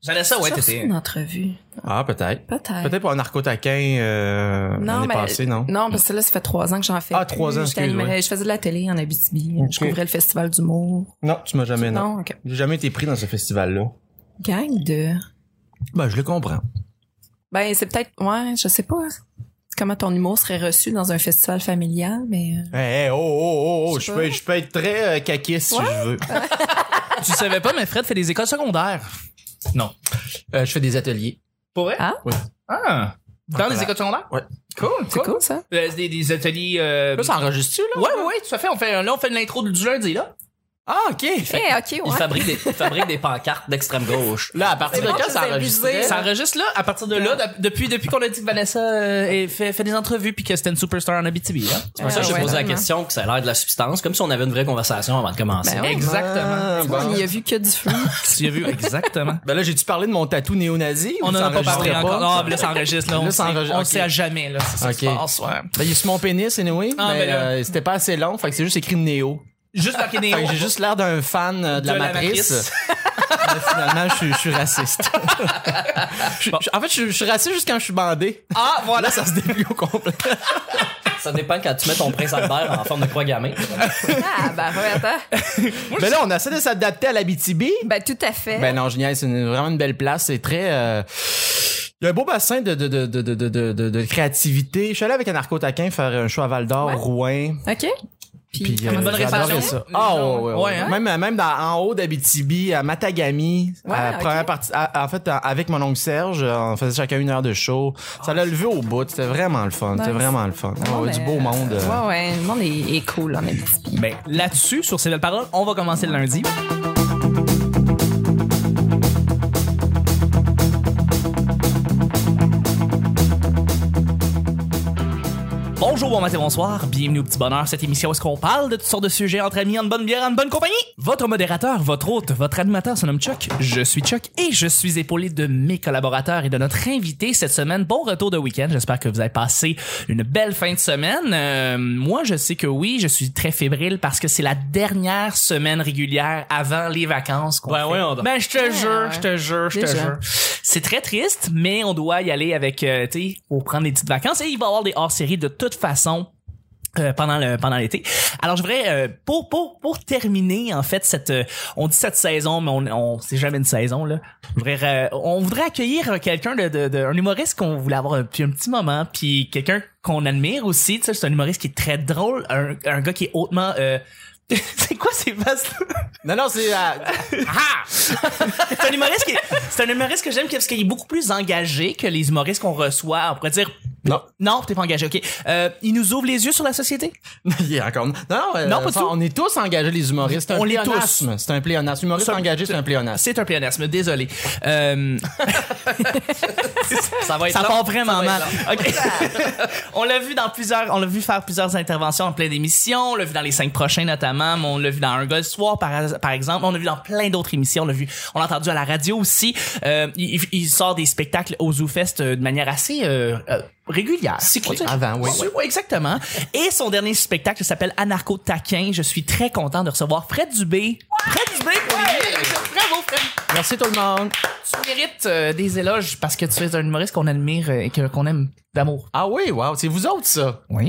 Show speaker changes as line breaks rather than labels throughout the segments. J'allais ça, ouais,
J'ai reçu
t'étais.
une entrevue.
Ah, peut-être.
Peut-être.
Peut-être pour un narcotaquin euh,
Non,
l'année
mais-
passée, non?
Non, parce que là, ça fait trois ans que j'en fais.
Ah, trois
plus.
ans,
J'étais
excuse,
animée-
ouais.
Je faisais de la télé en Abitibi. Je
Ok.
couvrais le festival d'humour.
Non, tu m'as jamais, non.
ok.
J'ai jamais été pris dans ce festival-là.
Gang de.
Ben, je le comprends.
Ben, c'est peut-être. Ouais, je sais pas hein. comment ton humour serait reçu dans un festival familial, mais. euh,
Eh, eh, oh, oh, oh, oh,
Je
je
sais
peux,
pas.
je peux être très euh, caquiste si
Ouais.
je veux.
Tu savais pas, mais Fred fait des écoles secondaires. Non.
Euh, je fais des ateliers.
Pour vrai?
Ah?
Oui.
Ah. Dans
Voilà.
les écoles secondaires?
Ouais.
Cool,
C'est cool, ça?
Euh, des, des ateliers. Euh...
Là, ça enregistre-tu, là?
Ouais, ouais, ouais, tout à fait. On fait, là, on fait de l'intro du lundi, là.
Ah, OK.
Eh,
Fait-
ok,
Il
ouais.
fabrique des, il fabrique des pancartes d'extrême gauche.
Là, à partir
C'est
de
bon,
quand
je
ça
vous ai
enregistre?
abusé.
Ça enregistre là, à partir de là, dap- depuis, depuis qu'on a dit que Vanessa euh, est- fait, fait des entrevues puis que c'était une superstar en Abitibi, là.
C'est pour ça que j'ai
Ah ouais,
posé la
vraiment.
question que ça a l'air de la substance, comme si on avait une vraie conversation avant de commencer.
Ben ouais.
Exactement.
Ah, bon.
Il y a vu que du feu.
Tu as vu, exactement.
Ben là, j'ai-tu parlé de mon tatou néo-nazi? ou
On n'en
ça
a pas parlé
enregistrait
encore. Non,
ça?
mais là, ça enregistre, là. On,
Là, ça
sait,
enregistre,
on
ok.
sait à jamais, là. C'est ça qui se
Ok.
passe, ouais.
Ben, il est sur mon pénis, anyway.
Ah,
mais
ben là.
euh, c'était pas assez long, fait que c'est juste écrit Néo.
Juste marqué des
Fait que j'ai juste l'air d'un fan euh, de, la, matrice. Mais finalement, je, suis- je suis raciste. Je- je- en fait, je, je suis raciste juste quand je suis bandé.
Ah, voilà.
Là, ça se déplie au complet.
Ça dépend quand tu mets ton prince Albert en forme de croix gammée.
ah, ben, ouais, attends.
Mais là, on essaie de s'adapter à l'Abitibi.
Ben, tout à fait.
Ben non, génial, c'est une- vraiment une belle place. C'est très... euh, Il y a un beau bassin de, de, de, de, de, de, de- de créativité. Je suis allé avec un narcotaquin faire un show à Val-d'Or,
Ouais.
Rouen.
OK. Puis,
Puis,
comment
euh,
bonne
ça
réparation.
j'adorais
s'appelle?
ça.
Les
Ah,
gens,
ouais, ouais,
ouais,
ouais.
hein?
Même, même dans- en haut d'Abitibi, à Matagami,
Ouais,
à la
ok.
première partie, à- en fait, à- avec mon oncle Serge, euh, on faisait chacun une heure de show. Ça l'a levé au bout. C'était vraiment le fun. C'était
Nice.
vraiment le fun. Ah
Non,
ouais,
mais-
Du beau monde. euh.
Ouais, ouais, le monde est, est cool en Abitibi.
Ben, là-dessus, sur ces belles paroles, on va commencer le lundi. Bonjour, bon matin, bonsoir. Bienvenue au Petit Bonheur, cette émission où est-ce qu'on parle de toutes sortes de sujets entre amis, en bonne bière, en bonne compagnie. Votre modérateur, votre hôte, votre animateur se nomme Chuck. Je suis Chuck et je suis épaulé de mes collaborateurs et de notre invité cette semaine. Bon retour de week-end. J'espère que vous avez passé une belle fin de semaine. Euh, moi, je sais que oui, je suis très fébrile parce que c'est la dernière semaine régulière avant les vacances qu'on
Ouais,
fait.
ouais, on-
Ben, je te
Ouais,
jure,
ouais.
je te jure, je te
Déjà.
jure. C'est très triste, mais on doit y aller avec, euh, tu sais, pour prendre des petites vacances. Et il va y avoir des hors-séries de toute façon. euh, pendant le pendant l'été. Alors je voudrais euh, pour pour pour terminer en fait cette euh, on dit cette saison mais on on c'est jamais une saison là. Je voudrais, euh, on voudrait accueillir euh, quelqu'un de, de, de- un humoriste qu'on voulait avoir depuis un petit moment puis quelqu'un qu'on admire aussi, tu sais c'est un humoriste qui est très drôle, un, un gars qui est hautement euh, c'est quoi ces vases
Non, non, c'est... euh,
ah! c'est un humoriste qui, c'est un humoriste que j'aime parce qu'il est beaucoup plus engagé que les humoristes qu'on reçoit. On pourrait dire.
Non.
Non, t'es pas engagé, ok. Euh, il nous ouvre les yeux sur la société.
Il est encore. Non, non, euh,
Non, pas du
ça,
tout.
on est tous engagés, les humoristes. C'est un
On l'est
pléonasme. C'est un pléonasme. Humoriste
Ça-
engagé, c'est un pléonasme.
C'est un pléonasme, désolé. Euh,
Ça va être
ça
long.
part vraiment
Ça va
mal.
être
Ok. on l'a vu dans plusieurs, on l'a vu faire plusieurs interventions en pleine émission. On l'a vu dans les cinq prochains notamment, mais on l'a vu dans un gars le soir par, par exemple. On l'a vu dans plein d'autres émissions. On l'a vu, on l'a entendu à la radio aussi. Euh, il, il- il sort des spectacles au ZooFest euh, de manière assez euh, euh, régulière.
Cyclique.
On dirait-
Avant, oui.
Ouais, ouais, exactement. Et son dernier spectacle s'appelle Anarcho Taquin. Je suis très content de recevoir Fred Dubé. Fred Dubé. pour les mille élections. Bravo Fred.
Merci tout le monde.
Tu mérites euh, des éloges parce que tu es un humoriste qu'on admire euh, et que- qu'on aime d'amour.
Ah oui, wow, c'est vous autres, ça.
Oui.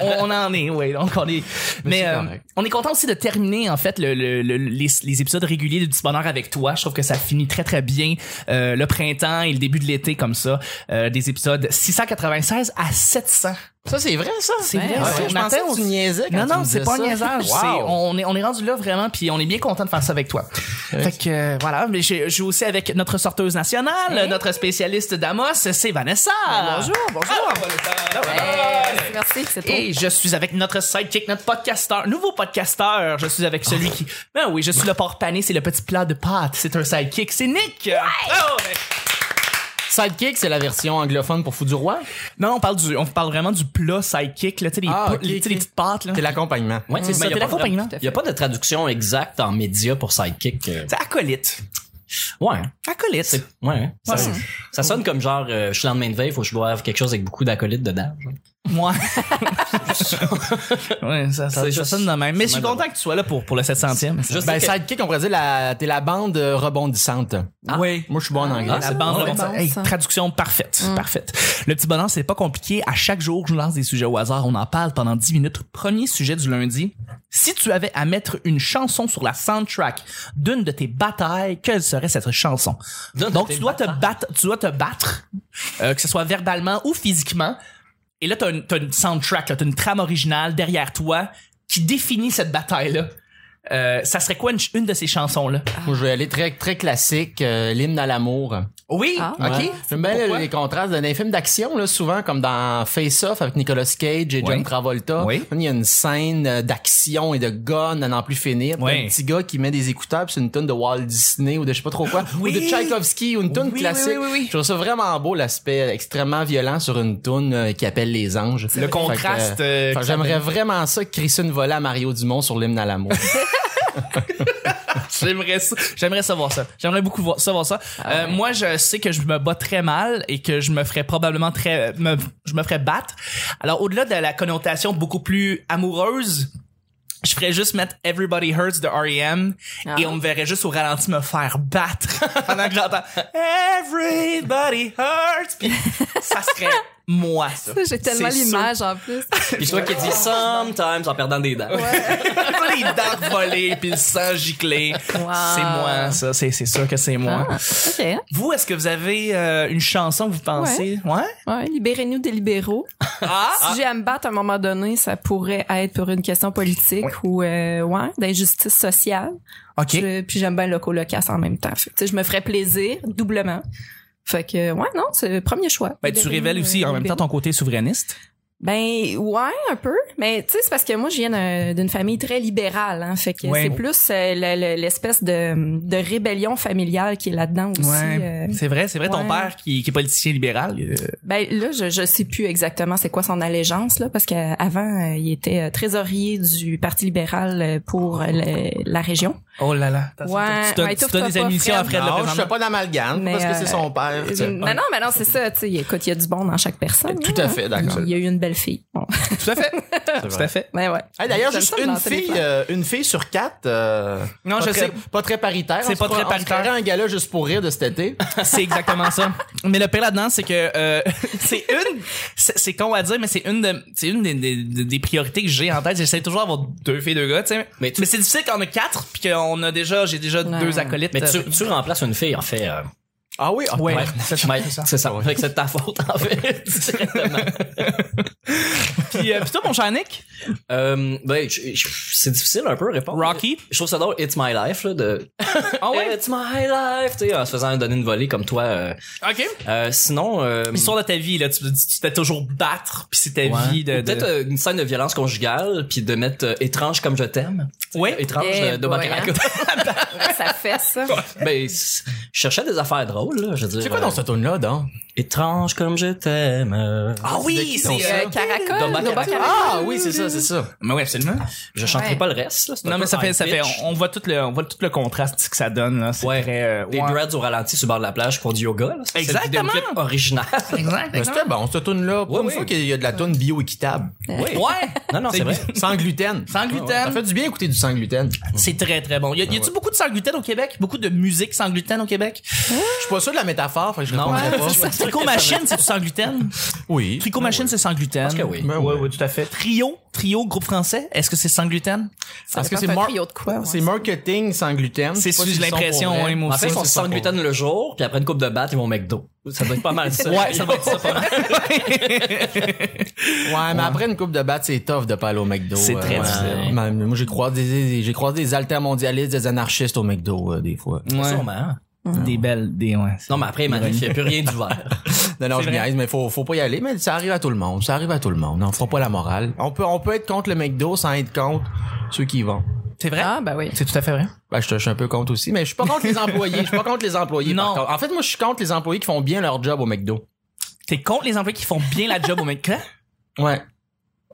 on, on en est, oui. Donc on est. Mais,
c'est
euh,
correct.
on est content aussi de terminer en fait le, le- le- les, les épisodes réguliers du Petit Bonheur avec toi. Je trouve que ça finit très très bien euh, le printemps et le début de l'été comme ça. Euh, des épisodes 696 à 700.
Ça, c'est vrai, ça?
C'est
Ouais,
vrai.
Ah
ça.
ouais,
On
je pensais
attend-
que tu niaisais quand
Non,
tu me
non,
disais
c'est pas un
ça.
niaisage.
Wow.
C'est- On, est, on est rendu là vraiment, puis on est bien content de faire ça avec toi. Fait que, euh, voilà, mais je je joue aussi avec notre sorteuse nationale,
Hein?
notre spécialiste d'Amos, c'est Vanessa.
Ben,
Ah,
Bonjour, bonjour. Hey, merci, c'est toi.
Et je suis avec notre sidekick, notre podcasteur, nouveau podcasteur. Je suis avec celui qui. Ben oui, je suis le porte-pané, c'est le petit plat de pâtes. C'est un sidekick, c'est Nick. Oh, mais-
Sidekick, c'est la version anglophone pour Fou du Roi.
Non, on parle du, on parle vraiment du plat sidekick, là, tu sais, les,
Ah,
pou-
ok,
les- tu sais,
ok.
les petites pâtes, là.
C'est l'accompagnement.
Ouais,
C'est
mais
ça,
y a
t'es
pas
l'accompagnement.
vraiment- Y a pas de traduction exacte en média pour sidekick. euh.
C'est acolyte.
Ouais.
Acolyte.
C'est- Ouais. hein. Ça,
Ouais.
ça sonne comme genre, euh, je suis lendemain de veille, faut que je boive quelque chose avec beaucoup d'acolytes dedans. genre.
Moi. ouais, ça, ça,
C'est
ça
juste-
sonne de même. Mais je
c'est
suis
même
content que tu sois là pour, pour le 700e.
Juste
Ben,
que-
sidekick, on pourrait dire, la, t'es la bande euh, rebondissante.
Oui.
Moi, je suis bon en anglais.
Ah,
Ah,
la
c'est
bande
bon,
Mm. de
ouais,
bon
bon,
Hey,
ça.
traduction parfaite, parfaite. Le petit bonheur, c'est pas compliqué. À chaque jour, je lance des sujets au hasard. On en parle pendant 10 minutes. Premier sujet du lundi. Si tu avais à mettre une chanson sur la soundtrack d'une de tes batailles, quelle serait cette chanson?
D'une de
Donc,
tes
tu dois te battre, tu dois te battre, euh, que ce soit verbalement ou physiquement. Et là, t'as une, t'as une soundtrack, là, t'as une trame originale derrière toi qui définit cette bataille-là. Euh, ça serait quoi une, ch- une de ces chansons-là?
Moi, je vais aller très, très classique, euh, l'hymne à l'amour.
Oui,
Ah.
ok.
Ouais. J'aime bien
Pourquoi?
les, les contrastes d'un film d'action, là, souvent, comme dans Face Off avec Nicolas Cage et
Oui.
John Travolta.
Oui.
Il y a une scène euh, d'action et de gun à n'en plus finir.
Oui.
Un petit gars qui met des écouteurs, puis c'est une tonne de Walt Disney ou de je sais pas trop quoi.
Ah, Oui.
Ou de Tchaikovsky ou une tonne
Oui, oui,
classique.
oui, oui, oui.
Je trouve ça vraiment beau, l'aspect extrêmement violent sur une tonne qui appelle les anges.
Le
Fait
contraste,
que,
euh,
fait que
que ça
J'aimerais vraiment ça que Christine volait à Mario Dumont sur l'hymne à l'amour.
J'aimerais ça, j'aimerais savoir ça. J'aimerais beaucoup voir, savoir ça.
Ah
Euh, moi, je sais que je me bats très mal et que je me ferais probablement très, me- je me ferais battre. Alors, au-delà de la connotation beaucoup plus amoureuse, je ferais juste mettre Everybody Hurts de R.E.M. et
Ah.
on me verrait juste au ralenti me faire battre pendant que j'entends Everybody Hurts. Puis ça serait moi, ça.
J'ai tellement
C'est sûr.
l'image en plus.
Puis toi qui dis sometimes en perdant des dents.
Pas les dents volées puis le sang giclé.
Wow. Ah.
C'est moi, ça. C'est c'est sûr que c'est moi.
OK.
Vous, est-ce que vous avez euh, une chanson que vous pensez? Ouais.
Ouais, libérez-nous des libéraux.
Ah!
Si j'ai à me battre à un moment donné, ça pourrait être pour une question politique ou euh, ouais, d'injustice sociale.
OK.
Je- puis j'aime bien le colocasse en même temps. Fait que, tu sais, je me ferais plaisir doublement. Fait que ouais, non, c'est le premier choix.
Ben, tu
Libérez-nous,
révèles aussi
euh,
en même temps
libéraux.
ton côté souverainiste.
Ben ouais, un peu. Mais tu sais, c'est parce que moi, je viens d'un- d'une famille très libérale. Hein, fait que
Ouais.
c'est plus euh, le- le- l'espèce de, de rébellion familiale qui est là-dedans aussi. euh.
C'est vrai, c'est vrai, ton
ouais.
père qui, qui est politicien libéral. euh,
Ben là, je, je sais plus exactement c'est quoi son allégeance là, parce qu'avant, il était euh, trésorier du Parti libéral euh, pour euh, le- la région.
Oh là là. T'as-
Ouais,
tu donnes,
ouais,
tu
étouffe-toi
donnes des
pas,
admissions à
Fred.
Fred
non,
le
je fais pas d'amalgame
Mais,
parce que Ah, c'est
euh,
son père. tu sais.
Mais non, mais non, c'est ça. Tu sais, écoute, il y a du bon dans chaque personne.
Tout à fait, d'accord.
Il y a eu une belle fille. Bon.
Tout à fait. Tout à fait.
Ben ouais.
Hey, D'ailleurs,
J'aime
juste
ça de
une
lancer des
fille,
fleurs.
euh, une fille sur quatre. euh,
Non,
pas
je
très-
sais.
Pas très paritaire.
C'est
On se
pas très
croirait- on se
paritaire.
croirait un gala juste pour rire de cet été.
C'est exactement ça. Mais le pire là-dedans, c'est que euh, c'est une, c'est c'est con à dire, mais c'est une de, c'est une des, des- des- des priorités que j'ai en tête. J'essaie toujours d'avoir deux filles, deux gars, tu sais. Mais,
Mais tu-
c'est difficile quand on a quatre, puis qu'on a déjà, j'ai déjà
Ouais.
deux acolytes.
Mais tu, tu remplaces une fille, en fait. euh,
Ah oui, ah,
Ouais.
ouais.
c'est ça,
Ouais,
c'est ça.
C'est ça. Fait que c'est de ta faute, en fait. directement.
puis, euh, puis toi, mon cher Nick,
Euh, ben, je- je- c'est difficile un peu à répondre.
Rocky.
Je trouve ça drôle, It's My Life, là, de.
Ah
It's My Life, tu sais, en se faisant donner une volée comme toi. euh.
Ok.
Euh, sinon. euh,
L'histoire de ta vie, là, tu tu t'es toujours battre, puis c'est ta
ouais.
vie de. de-
Peut-être euh, une scène de violence conjugale, puis de mettre euh, étrange comme je t'aime.
Ouais.
Étrange
Eh
euh, de
boy,
Baccarat.
euh,
Ça fait ça.
ben, c- je cherchais des affaires drôles, là, je veux dire.
C'est quoi dans
euh,
ce tone là donc?
Étrange comme je t'aime. euh.
Ah oui,
C'est de qui,
c'est.
Euh, Caracol,
Dans ma
Nova
Caracol.
Caracol.
Ah oui, c'est ça, c'est ça.
Mais oui, absolument.
Je chanterai
Ouais.
pas le reste, là. c'est un
Non,
peu
mais ça fait,
high
ça fait,
pitch.
on, on voit tout le, on voit tout le contraste que ça donne, là. C'est
Ouais.
très, euh,
Des
ouais.
dreads au ralenti sur le bord de la plage pour du yoga. Là. C'est le
Exactement.
vidéoclip original.
Ah,
Exact,
Ben,
exact.
C'était bon, ce tune là Pour
Oui,
une
oui.
fois qu'il y a de la tune bio-équitable.
Oui.
Ouais.
Non, non, c'est vrai.
Sans gluten. Ah
Sans gluten.
Ouais, ouais. Ça fait du bien écouter du sans gluten.
C'est très, très bon. Y a- y a-tu beaucoup de sans gluten au Québec? Beaucoup de musique sans gluten au Québec?
Je suis pas sûr de la métaphore, fait que je répondrai
ouais,
Ah, pas.
c'est ça.
Tricot Machine, c'est du sans gluten?
Oui.
Tricot Machine, c'est sans gluten.
que oui.
Ben
ouais,
oui.
ouais, tout à fait. Trio, trio, groupe français, est-ce que c'est sans gluten?
Parce que
dépend
c'est
d'un
mar-
trio de quoi, ouais.
c'est marketing sans gluten.
C'est
Je sais pas
j'ai
s'ils sont
l'impression,
pour vrai.
ouais, moi
En
aussi.
fait, ils sont
c'est
sans
ça,
gluten le jour, puis après une coupe de batte, ils vont au McDo. Ça doit être pas mal ça.
Ouais, ça doit être ça, pas mal.
Ouais, mais après une coupe de batte, c'est tough de pas aller au McDo. euh,
C'est très
ouais.
difficile.
Même- moi, j'ai croisé des, j'ai croisé des altermondialistes, des anarchistes au McDo, euh, des fois.
Ouais.
Sûrement.
Des belles, des, ouais.
Non, mais après, il n'y a plus rien du verre.
Non, non, je
vrai.
niaise, mais faut, faut pas y aller. Mais ça arrive à tout le monde. Ça arrive à tout le monde. On fera pas la morale. On peut, on peut être contre le McDo sans être contre ceux qui y vont.
C'est vrai?
Ah, ben oui.
C'est tout à fait vrai.
Ben, je, te- je suis un peu contre aussi, mais je suis pas contre les employés. Je suis pas contre les employés.
Non.
par contre. En fait, moi, je suis contre les employés qui font bien leur job au McDo.
T'es contre les employés qui font bien la job au mec
Ouais.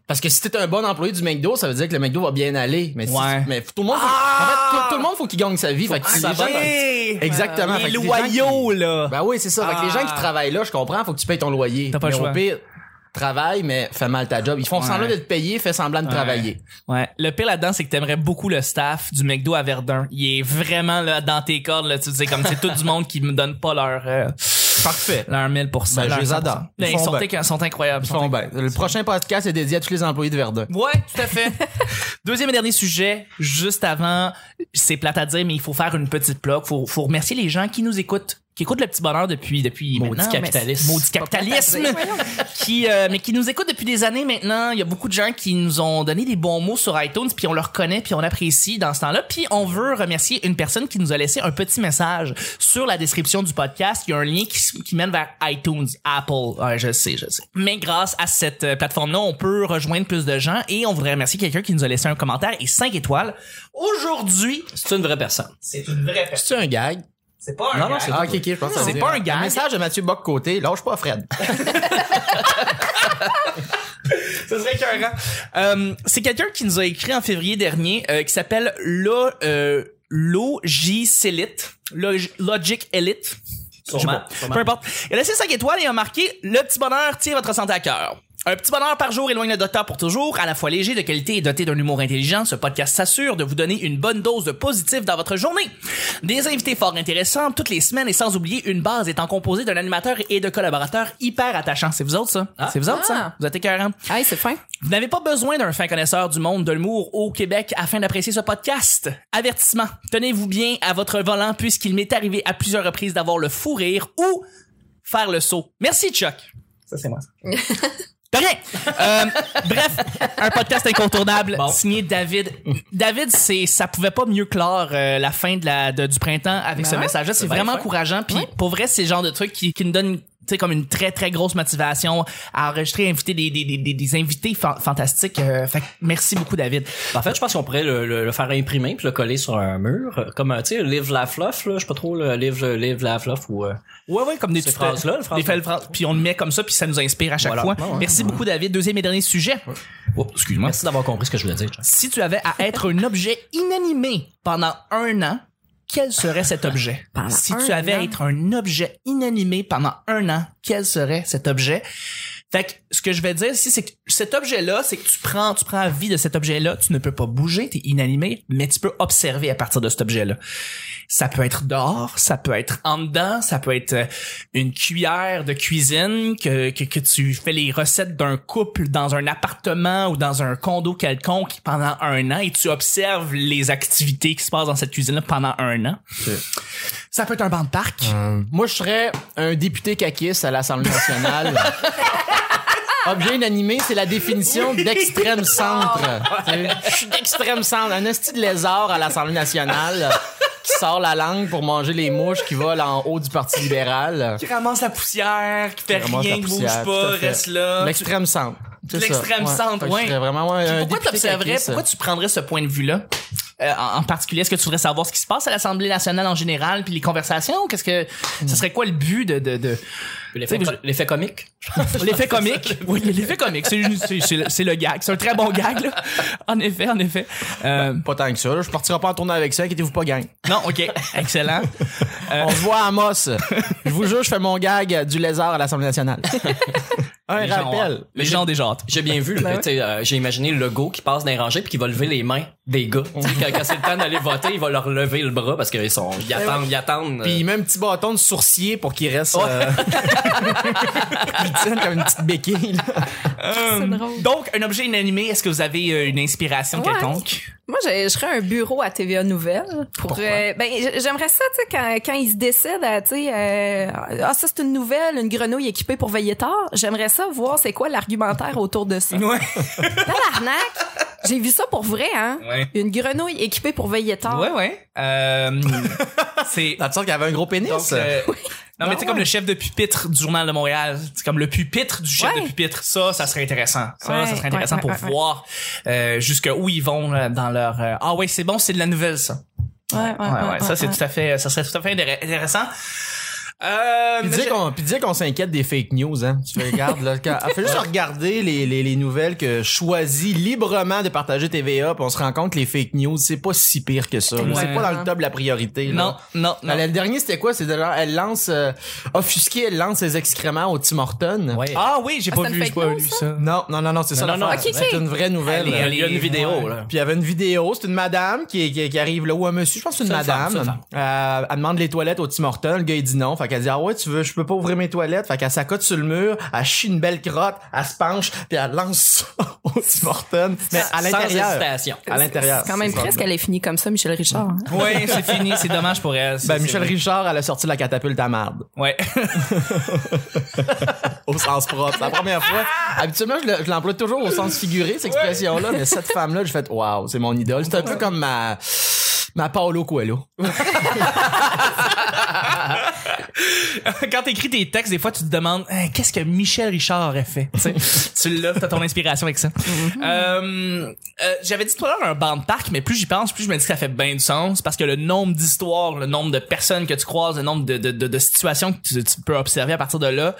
Parce que si t'es un bon employé du McDo, ça veut dire que le McDo va bien aller. Mais, si-
Ouais. Ah!
mais tout le monde, faut- en fait, tout, tout le monde faut qu'il gagne sa vie. Fait que si les gens- Ah, Exactement.
Euh, Les
Fait que gens qui-
loyaux, là.
Ben oui, c'est ça. Fait que les
Ah.
gens qui travaillent là, je comprends, faut que tu payes ton loyer.
T'as pas le
Mais
choix.
Au pire, travaille, mais fais mal ta job. Ils font
Ouais.
semblant de te payer, fais semblant de
Ouais.
travailler.
Ouais. Le pire là-dedans, c'est que t'aimerais beaucoup le staff du McDo à Verdun. Il est vraiment là dans tes cordes. Là, tu sais, comme c'est tout du monde qui me donne pas leur euh,
Parfait.
leur 1000%.
Ben, je
leur
les
100%.
adore. Ils
Ben, ils
font
sont,
bien.
inc- sont incroyables.
Ils
sont
font
incroyables.
bien. Le prochain podcast est dédié à tous les employés de Verdun.
Ouais, tout à fait. Deuxième et dernier sujet, juste avant, c'est plate à dire, mais il faut faire une petite plaque. Faut, faut remercier les gens qui nous écoutent, qui écoutent le petit bonheur depuis, depuis
Maudit
maintenant,
capitalisme.
mais- Maudit capitalisme. qui, euh, mais qui nous écoutent depuis des années maintenant. Il y a beaucoup de gens qui nous ont donné des bons mots sur iTunes, puis on leur connaît, puis on apprécie dans ce temps-là. Puis on veut remercier une personne qui nous a laissé un petit message sur la description du podcast. Il y a un lien qui, s- qui mène vers iTunes, Apple. Ouais, je sais, je sais. Mais grâce à cette euh, plateforme-là, on peut rejoindre plus de gens et on voudrait remercier quelqu'un qui nous a laissé un commentaire et 5 étoiles. Aujourd'hui,
C'est une vraie personne.
c'est une vraie personne.
C'est un gag.
C'est pas un
Non, non,
gars.
c'est
Ah, ok, ok, je pense que ça
C'est
veut
pas
dire-
un gag.
message de Mathieu Bock-Côté. Lâche pas Fred.
Ce serait écœurant. Euh, c'est quelqu'un qui nous a écrit en février dernier euh, qui s'appelle Lo, euh, Logi Selite. Log- Logic Elite. Je sais
Sûrement,
pas.
sûrement.
Peu importe. Il a laissé 5 étoiles et a marqué Le petit bonheur tient votre santé à cœur. Un petit bonheur par jour éloigne le docteur pour toujours, à la fois léger de qualité et doté d'un humour intelligent. Ce podcast s'assure de vous donner une bonne dose de positif dans votre journée. Des invités fort intéressants toutes les semaines et sans oublier une base étant composée d'un animateur et de collaborateurs hyper attachants. C'est vous autres, ça?
Ah.
C'est vous autres, ça?
Ah.
Vous êtes écœurants.
Ah, c'est fin.
Vous n'avez pas besoin d'un fin connaisseur du monde de l'humour au Québec afin d'apprécier ce podcast. Avertissement, tenez-vous bien à votre volant puisqu'il m'est arrivé à plusieurs reprises d'avoir le fou rire ou faire le saut. Merci Chuck. Ça c'est moi. De rien. Euh, bref, un podcast incontournable
Bon.
signé David. David, c'est ça pouvait pas mieux clore euh, la fin de la de- du printemps avec ce
Ouais.
message-là. C'est
bien
vraiment
fin.
encourageant. Puis pour vrai, c'est le genre de truc qui, qui nous donne tu sais, comme une très très grosse motivation à enregistrer inviter des, des, des, des- des invités fan- fantastiques Euh, fait que merci beaucoup David
En fait, je pense qu'on pourrait le, le- le faire imprimer puis le coller sur un mur. euh, Comme, euh, tu sais, Live la fluff, là. Je sais pas trop, le Live, euh, live la fluff ou. euh,
ouais ouais comme des
Ces
petites-
phrases-là, les
des
phrases-
belles phrases. puis on le met comme ça puis ça nous inspire à chaque
Voilà.
fois
Ouais, ouais,
merci beaucoup David deuxième et dernier sujet Oh, excuse-moi
Merci d'avoir compris ce que je voulais dire. Jean.
si tu avais à être un objet inanimé pendant un an, quel serait cet objet?
Pendant
si tu
un
avais à
an?
être un objet inanimé pendant un an, quel serait cet objet? Fait que ce que je vais dire ici, c'est que cet objet-là, c'est que tu prends, tu prends vie de cet objet-là, tu ne peux pas bouger, t'es inanimé, mais tu peux observer à partir de cet objet-là. Ça peut être dehors, ça peut être en dedans, ça peut être euh, une cuillère de cuisine que, que, que tu fais les recettes d'un couple dans un appartement ou dans un condo quelconque pendant un an et tu observes les activités qui se passent dans cette cuisine-là pendant un an. Ça peut être un banc de parc.
Euh, moi, je serais un député caquiste à l'Assemblée nationale. Objet inanimé, c'est la définition d'extrême centre. Tu sais, Je suis d'extrême centre, un hostie de lézard à l'Assemblée nationale qui sort la langue pour manger les mouches qui volent en haut du Parti libéral.
Qui ramasse la poussière, qui fait
ramasse
rien,
la
qui bouge
poussière,
pas,
tout à fait.
reste là.
L'extrême centre. c'est ça.
L'extrême
Ouais.
centre,
Fait que je
ouais.
serais vraiment ouais, un
Pourquoi
Euh, député
t'observerais,
caquiste.
pourquoi tu prendrais ce point de vue-là? Euh, en, en particulier, est-ce que tu voudrais savoir ce qui se passe à l'Assemblée nationale en général, puis les conversations? Qu'est-ce que,
Hmm.
ça serait quoi le but de, de, de...
L'effet
Tu sais,
co- L'effet comique.
L'effet comique. Oui, l'effet comique. C'est, c'est, c'est le- c'est le gag. C'est un très bon gag, là. En effet, en effet. Euh,
Pas tant que ça, là. je partirai pas en tournée avec ça, inquiétez-vous pas, gang.
non, OK. Excellent.
On se voit à Amos. je vous jure, je fais mon gag du lézard à l'Assemblée nationale. un
Les gens,
rappel.
les gens des jates.
J'ai bien
Ben
vu, là, tu sais, euh, j'ai imaginé le go qui passe dans les rangées puis qui va lever les mains des gars. Tu sais, quand quand c'est le temps d'aller voter, il va leur lever le bras parce qu'ils sont,
Ben
ils attendent, ils attendent. euh,
Puis il met un petit bâton de sourcier pour qu'il reste. euh, il tient comme une petite béquille. là. Ah,
Euh,
drôle.
donc, un objet inanimé, est-ce que vous avez euh, une inspiration
Ouais.
quelconque?
Moi, je, je serais un bureau à TVA Nouvelle. Pour,
Pourquoi?
euh, ben, j- j'aimerais ça, tu sais, quand, quand ils se décident à, tu sais, euh, ah, ça, c'est une nouvelle, une grenouille équipée pour veiller tard. J'aimerais ça voir c'est quoi l'argumentaire autour de
Ah.
ça.
Ouais.
Tabarnak! J'ai vu ça pour vrai, hein?
Ouais.
Une grenouille équipée pour veiller tard.
Ouais, ouais. Euh,
Ah.
c'est.
T'as sorte qu'il avait un gros pénis.
Donc, euh, non, mais
Ah
tu sais, comme
ouais.
le chef de pupitre du Journal de Montréal, c'est comme le pupitre du chef
Ouais.
de pupitre, ça, ça serait intéressant. Ça,
Ouais,
ça serait
ouais,
intéressant
ouais,
pour
ouais, ouais.
voir euh, jusqu'où ils vont euh, dans leur... euh, ah ouais, c'est bon, c'est de la nouvelle, ça.
ouais, ouais,
Ouais, ouais, ça c'est
ouais.
tout à fait, ça serait tout à fait intéré- intéressant.
Euh,
Puis
mais
dire
j'ai-
qu'on- puis dire qu'on s'inquiète des fake news, hein. Tu fais, regarde, là, quand- fais juste regarder les, les, les nouvelles que choisit librement de partager TVA, puis on se rend compte que les fake news, c'est pas si pire que ça. là. C'est
Exactement.
pas dans le top de la priorité. là.
Non, non,
Dans
non.
Le dernier, c'était quoi? C'est de genre, elle lance, euh, offusquée, elle lance ses excréments au Tim Horton.
Ouais.
Ah oui, j'ai pas
c'est une
vu, j'ai
fake
pas
news,
lu
ça?
ça.
Non, non, non, non, c'est ça.
non, non,
l'affaire.
ok,
c'est
ok.
une vraie nouvelle.
Il y a-
Allez,
il y a une
allez,
vidéo,
ouais.
là.
Puis il y avait une vidéo, c'est une madame qui, qui, qui arrive là, ou un monsieur, je pense que c'est une
C'est une femme,
madame.
c'est une femme.
Euh, elle demande les toilettes au Tim Hortons, le gars il dit non. Fait qu'elle dit Ah ouais, tu veux, je peux pas ouvrir mes toilettes. Fait qu'elle s'accote sur le mur, elle chie une belle crotte, elle se penche, puis elle lance ça au Tim Hortons. Mais à
Sans
l'intérieur.
hésitation.
À l'intérieur.
C'est quand même
c'est
presque
ça.
qu'elle ait fini comme ça, Michel Richard. hein.
Oui, c'est fini, c'est dommage pour elle. ça,
Ben,
c'est
Michel
vrai.
Richard, elle a sorti la catapulte à marde.
Ouais.
Au sens propre. C'est la première fois. Habituellement, je le- je l'emploie toujours au sens figuré, cette expression-là. Mais cette femme-là, j'ai fait, waouh, c'est mon idole. C'est un peu comme ma, ma Paolo Coelho.
Quand t'écris tes textes, des fois, tu te demandes Hein, qu'est-ce que Michel Richard aurait fait. Tu sais, tu l'as, t'as ton inspiration avec ça. Euh, euh, J'avais dit tout à l'heure un banc de parc, mais plus j'y pense, plus je me dis que ça fait bien du sens parce que le nombre d'histoires, le nombre de personnes que tu croises, le nombre de, de, de, de situations que tu, tu peux observer à partir de là,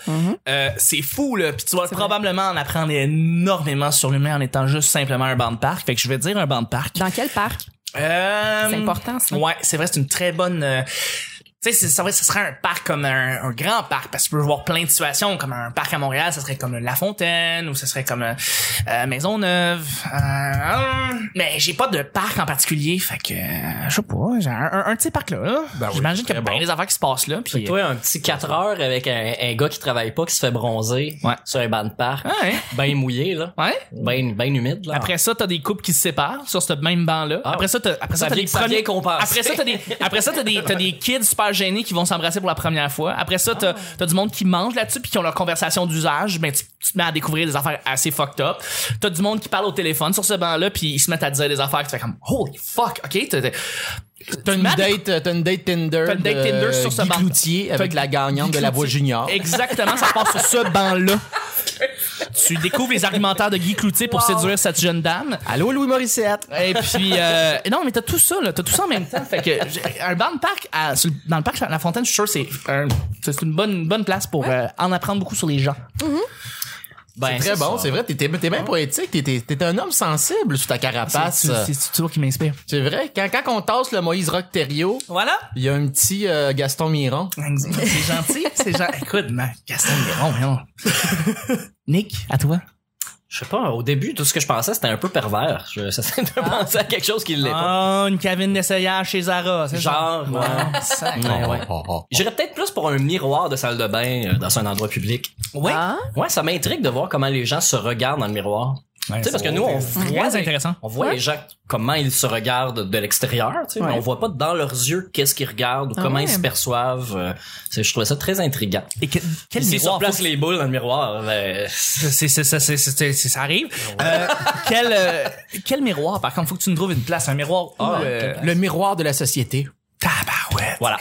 euh, c'est fou là. Puis tu vas probablement en apprendre énormément sur l'humain en étant juste simplement un banc de parc. Fait que je vais dire un banc de parc.
Dans quel parc?
Euh,
C'est important, ça.
Ouais, c'est vrai, c'est une très bonne. euh, tu sais, c'est- ça, serait- ça serait un parc comme un, un grand parc parce que tu peux voir plein de situations comme un parc à Montréal, ça serait comme La Fontaine ou ça serait comme euh, euh, Maisonneuve. Euh, hum, mais j'ai pas de parc en particulier, fait que euh, je sais pas, j'ai un, un, un petit parc là. là.
Ben oui,
J'imagine qu'il y a
très
plein
bon.
des affaires qui se passent là. Puis,
Toi, un petit 4 heures avec un, un gars qui travaille pas, qui se fait bronzer
Ouais.
sur un banc de parc,
Ouais,
ben mouillé, là.
euh, ouais.
Ben, ben humide, là.
Après ça, t'as des couples qui se séparent sur ce même banc-là.
Ah.
Après ça, t'as, après ça,
Ça
t'as
vient-
des
ça vient
premiers-
compenser.
Après ça, t'as des, après ça, t'as des, t'as des kids super gênés qui vont s'embrasser pour la première fois. Après ça,
Ah.
t'as, t'as du monde qui mange là-dessus puis qui ont leur conversation d'usage. Ben, tu, tu te mets à découvrir des affaires assez fucked up. T'as du monde qui parle au téléphone sur ce banc-là puis ils se mettent à dire des affaires que tu fais comme, holy fuck, ok, t'as, t'as-
T'as une,
Matt-
date, euh, t'as une date Tinder.
T'as une date
de
Tinder sur ce
Guy
banc.
Cloutier
T'as
avec la gagnante de la voix junior.
Exactement, ça se passe sur ce banc-là. Tu découvres les argumentaires de Guy Cloutier pour séduire cette jeune dame.
Allô, Louis Morissette.
Et puis euh, non mais t'as tout ça là, t'as tout ça en même temps. Fait que j'ai- un banc de parc à- sur le- dans le parc La Fontaine, je suis sûr c'est un- c'est une bonne une bonne place pour euh, en apprendre beaucoup sur les gens.
Ben,
Très bon,
ça.
c'est vrai. T'es t'es- t'es bien poétique. T'es- T'es t'es un homme sensible sous ta carapace.
C'est- C'est c'est toujours qui m'inspire.
C'est vrai. Quand, quand on tasse le Moïse Rock Thériault,
Voilà.
il y a un petit euh, Gaston Miron.
C'est gentil, c'est gentil. Écoute, man, Gaston Miron, voyons. Nick, à toi.
Je sais pas, au début, tout ce que je pensais, c'était un peu pervers. Je, ça de penser à quelque chose qui l'est pas.
Oh, une cabine d'essayage chez Zara, Ah, c'est
Genre, ouais.
ça.
Ouais, ouais. J'irais peut-être plus pour un miroir de salle de bain euh, dans un endroit public.
Ouais.
Ah,
Ouais, ça m'intrigue de voir comment les gens se regardent dans le miroir. tu sais, parce que nous, on voit,
Très intéressant.
on voit les gens comment ils se regardent de l'extérieur, tu sais, mais
Ouais.
on voit pas dans leurs yeux qu'est-ce qu'ils regardent ou
Ah
comment ils
ouais.
se perçoivent. euh, c'est- je trouvais ça très intriguant.
Et que- quel
S'ils
miroir
surplacent les boules dans le miroir, ben,
c'est c'est- c'est- c'est- c'est- c'est- ça arrive. Euh, quel euh, quel miroir par contre faut que tu nous trouves une place un miroir où
Ah,
euh,
Le miroir de la société.
tabarouette.
voilà.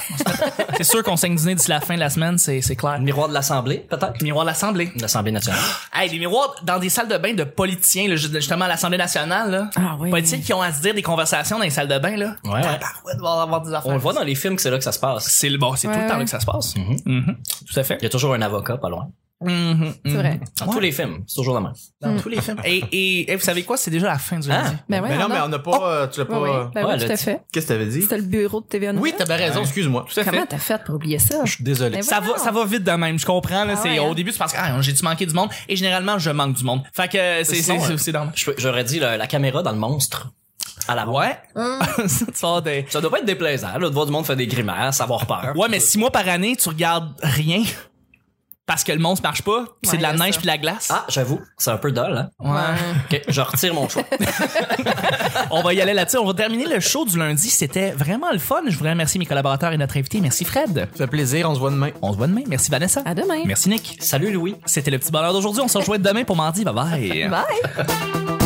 C'est sûr qu'on saigne du nez d'ici la fin de la semaine, c'est c'est clair.
Le miroir de l'Assemblée, peut-être?
Miroir de l'Assemblée.
L'Assemblée nationale.
Hey, les miroirs dans des salles de bain de politiciens, là, justement à l'Assemblée nationale, là.
Ah oui.
Politiciens qui ont à se dire des conversations dans les salles de bain, là.
Ouais, ouais.
Tabarouette, va avoir des affaires.
On le voit dans les films que c'est là que ça se passe.
C'est le bon, c'est tout le
Ouais,
temps là
ouais.
que ça se passe.
Mhm.
Mhm. Tout à fait.
Il y a toujours un avocat pas loin.
Mhm.
c'est vrai.
Dans tous les films, c'est toujours la même.
Dans
Mm.
tous les films. Et, et, et vous savez quoi? C'est déjà la fin du
Ah.
lundi.
Ben ouais,
mais non,
on a-
mais on n'a
Oh!
pas. euh, tu l'as pas.
Ouais, ouais.
euh,
Ben
Ouais,
oui,
le
tout à
titre.
fait.
Qu'est-ce que t'avais dit?
C'était le bureau de TVA
Oui, t'avais raison, excuse-moi.
Tout à fait.
Comment t'as fait pour oublier ça?
Je suis désolé.
Mais
Ça va,
Ben voyons.
ça va vite de même. Je comprends, là.
Ah
c'est,
ouais,
au
hein.
début, tu penses, ah, j'ai-tu manqué du monde? Et généralement, je manque du monde. Fait que, euh, c'est, c'est,
Sinon,
c'est,
euh,
c'est normal.
Je peux- J'aurais dit la, la caméra dans le monstre. À la
Ouais.
Hum.
ça, tu vas des-
Ça doit pas être déplaisant, là, de voir du monde faire des grimaces, avoir peur.
Ouais, mais six mois par année, tu regardes rien. Parce que le monstre marche pas. puis c'est
Ouais,
de la
y a
neige
ça.
puis de la glace.
Ah, j'avoue, c'est un peu dull, hein?
Ouais.
Ok, je retire mon choix.
On va y aller là-dessus. On va terminer le show du lundi. C'était vraiment le fun. Je voudrais remercier mes collaborateurs et notre invité. Merci Fred.
Ça fait plaisir, on se voit demain.
On se voit demain. Merci Vanessa.
À demain.
Merci Nick.
Salut Louis.
hein. C'était le petit bonheur d'aujourd'hui. On se rejoint demain pour mardi. Bye bye.
Bye.